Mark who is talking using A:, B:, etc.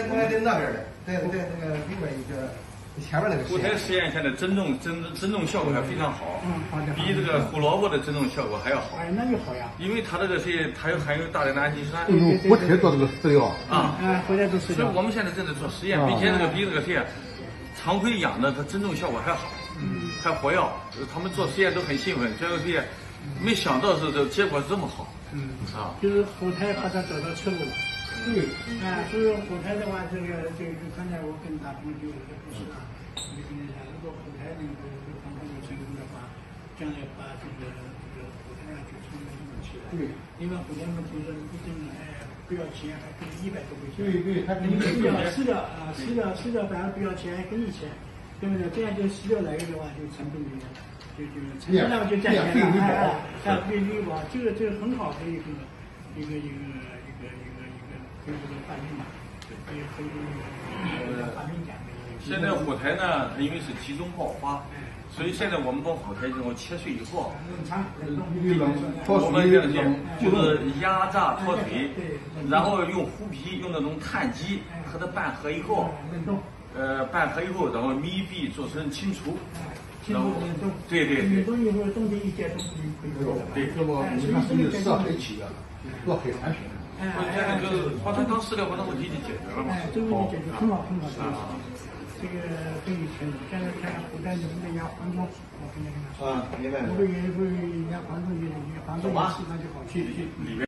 A: 应该在那边的，在在那个另外一个前面那个实
B: 五台
A: 验。
B: 实验现在真正真真种效果还非常好，
C: 嗯好的
B: 比这个胡萝卜的真种效果还要好，
C: 哎，那就好呀。
B: 因为它这个实验它有含有大量的氨基酸
C: 对
A: 用活体做这个饲料，
B: 啊，
C: 哎，回来都是
B: 所以
C: 的。啊
B: 我们现在正在做实验，并且这个比这个实验常规养的它真正效果还好，
C: 嗯
B: 还活跃。呃他们做实验都很兴奋，这个实验没想到是这结果这么好
C: 嗯，
B: 啊！
C: 就是后台把它找到出路了。
A: 对，
C: 哎，所以后台的话，这个这个刚才我跟大鹏就有个不是啊，我就跟他讲，如果后台能够有防控成功的话，将来把这个这个后台啊就成功用起来。
A: 对，
C: 因为后台问题是一挣哎不要钱，还给你一百多块钱。
A: 对对，它
C: 你们是的，是的啊，是的，是的，反正不要钱，还给你钱，对不对？这样就洗掉来源的话，就成本就就就成本那就赚钱了，哎，哎，对对吧？这个这个很好的一个一个一个一个一个一个可以说发明吧，也可以说发明奖的一个。
B: 现在火柴呢，它因为是集中爆发，所以现在我们把火柴这种切碎以后，
C: 冷藏冷冻
A: 必须冷脱
B: 我
A: 水
B: 们这样去就
A: 冷就是是
B: 压榨脱水
C: 哎对对，哎
B: 然后用麸皮用那种碳基和它拌合以后，
C: 冷冻，
B: 呃，拌合以后，然后密闭做成清除。
C: 哎，进入冷冻。
B: 对对对
C: 冷冻以后，冻结一切都不不不用了。
B: 对
A: 这么你看是涉黑企业，做海产品，
C: 哎，
B: 关键
C: 哎
B: 的就是把它当饲料，把它问题就解决了嘛。
C: 哎，这个问题解决很好很好，很好。这个很有钱。现在看古代人们养黄忠，我跟你讲，
A: 啊，明白
C: 我们也不养黄忠，也也黄忠也是那就好去去。
B: 里边。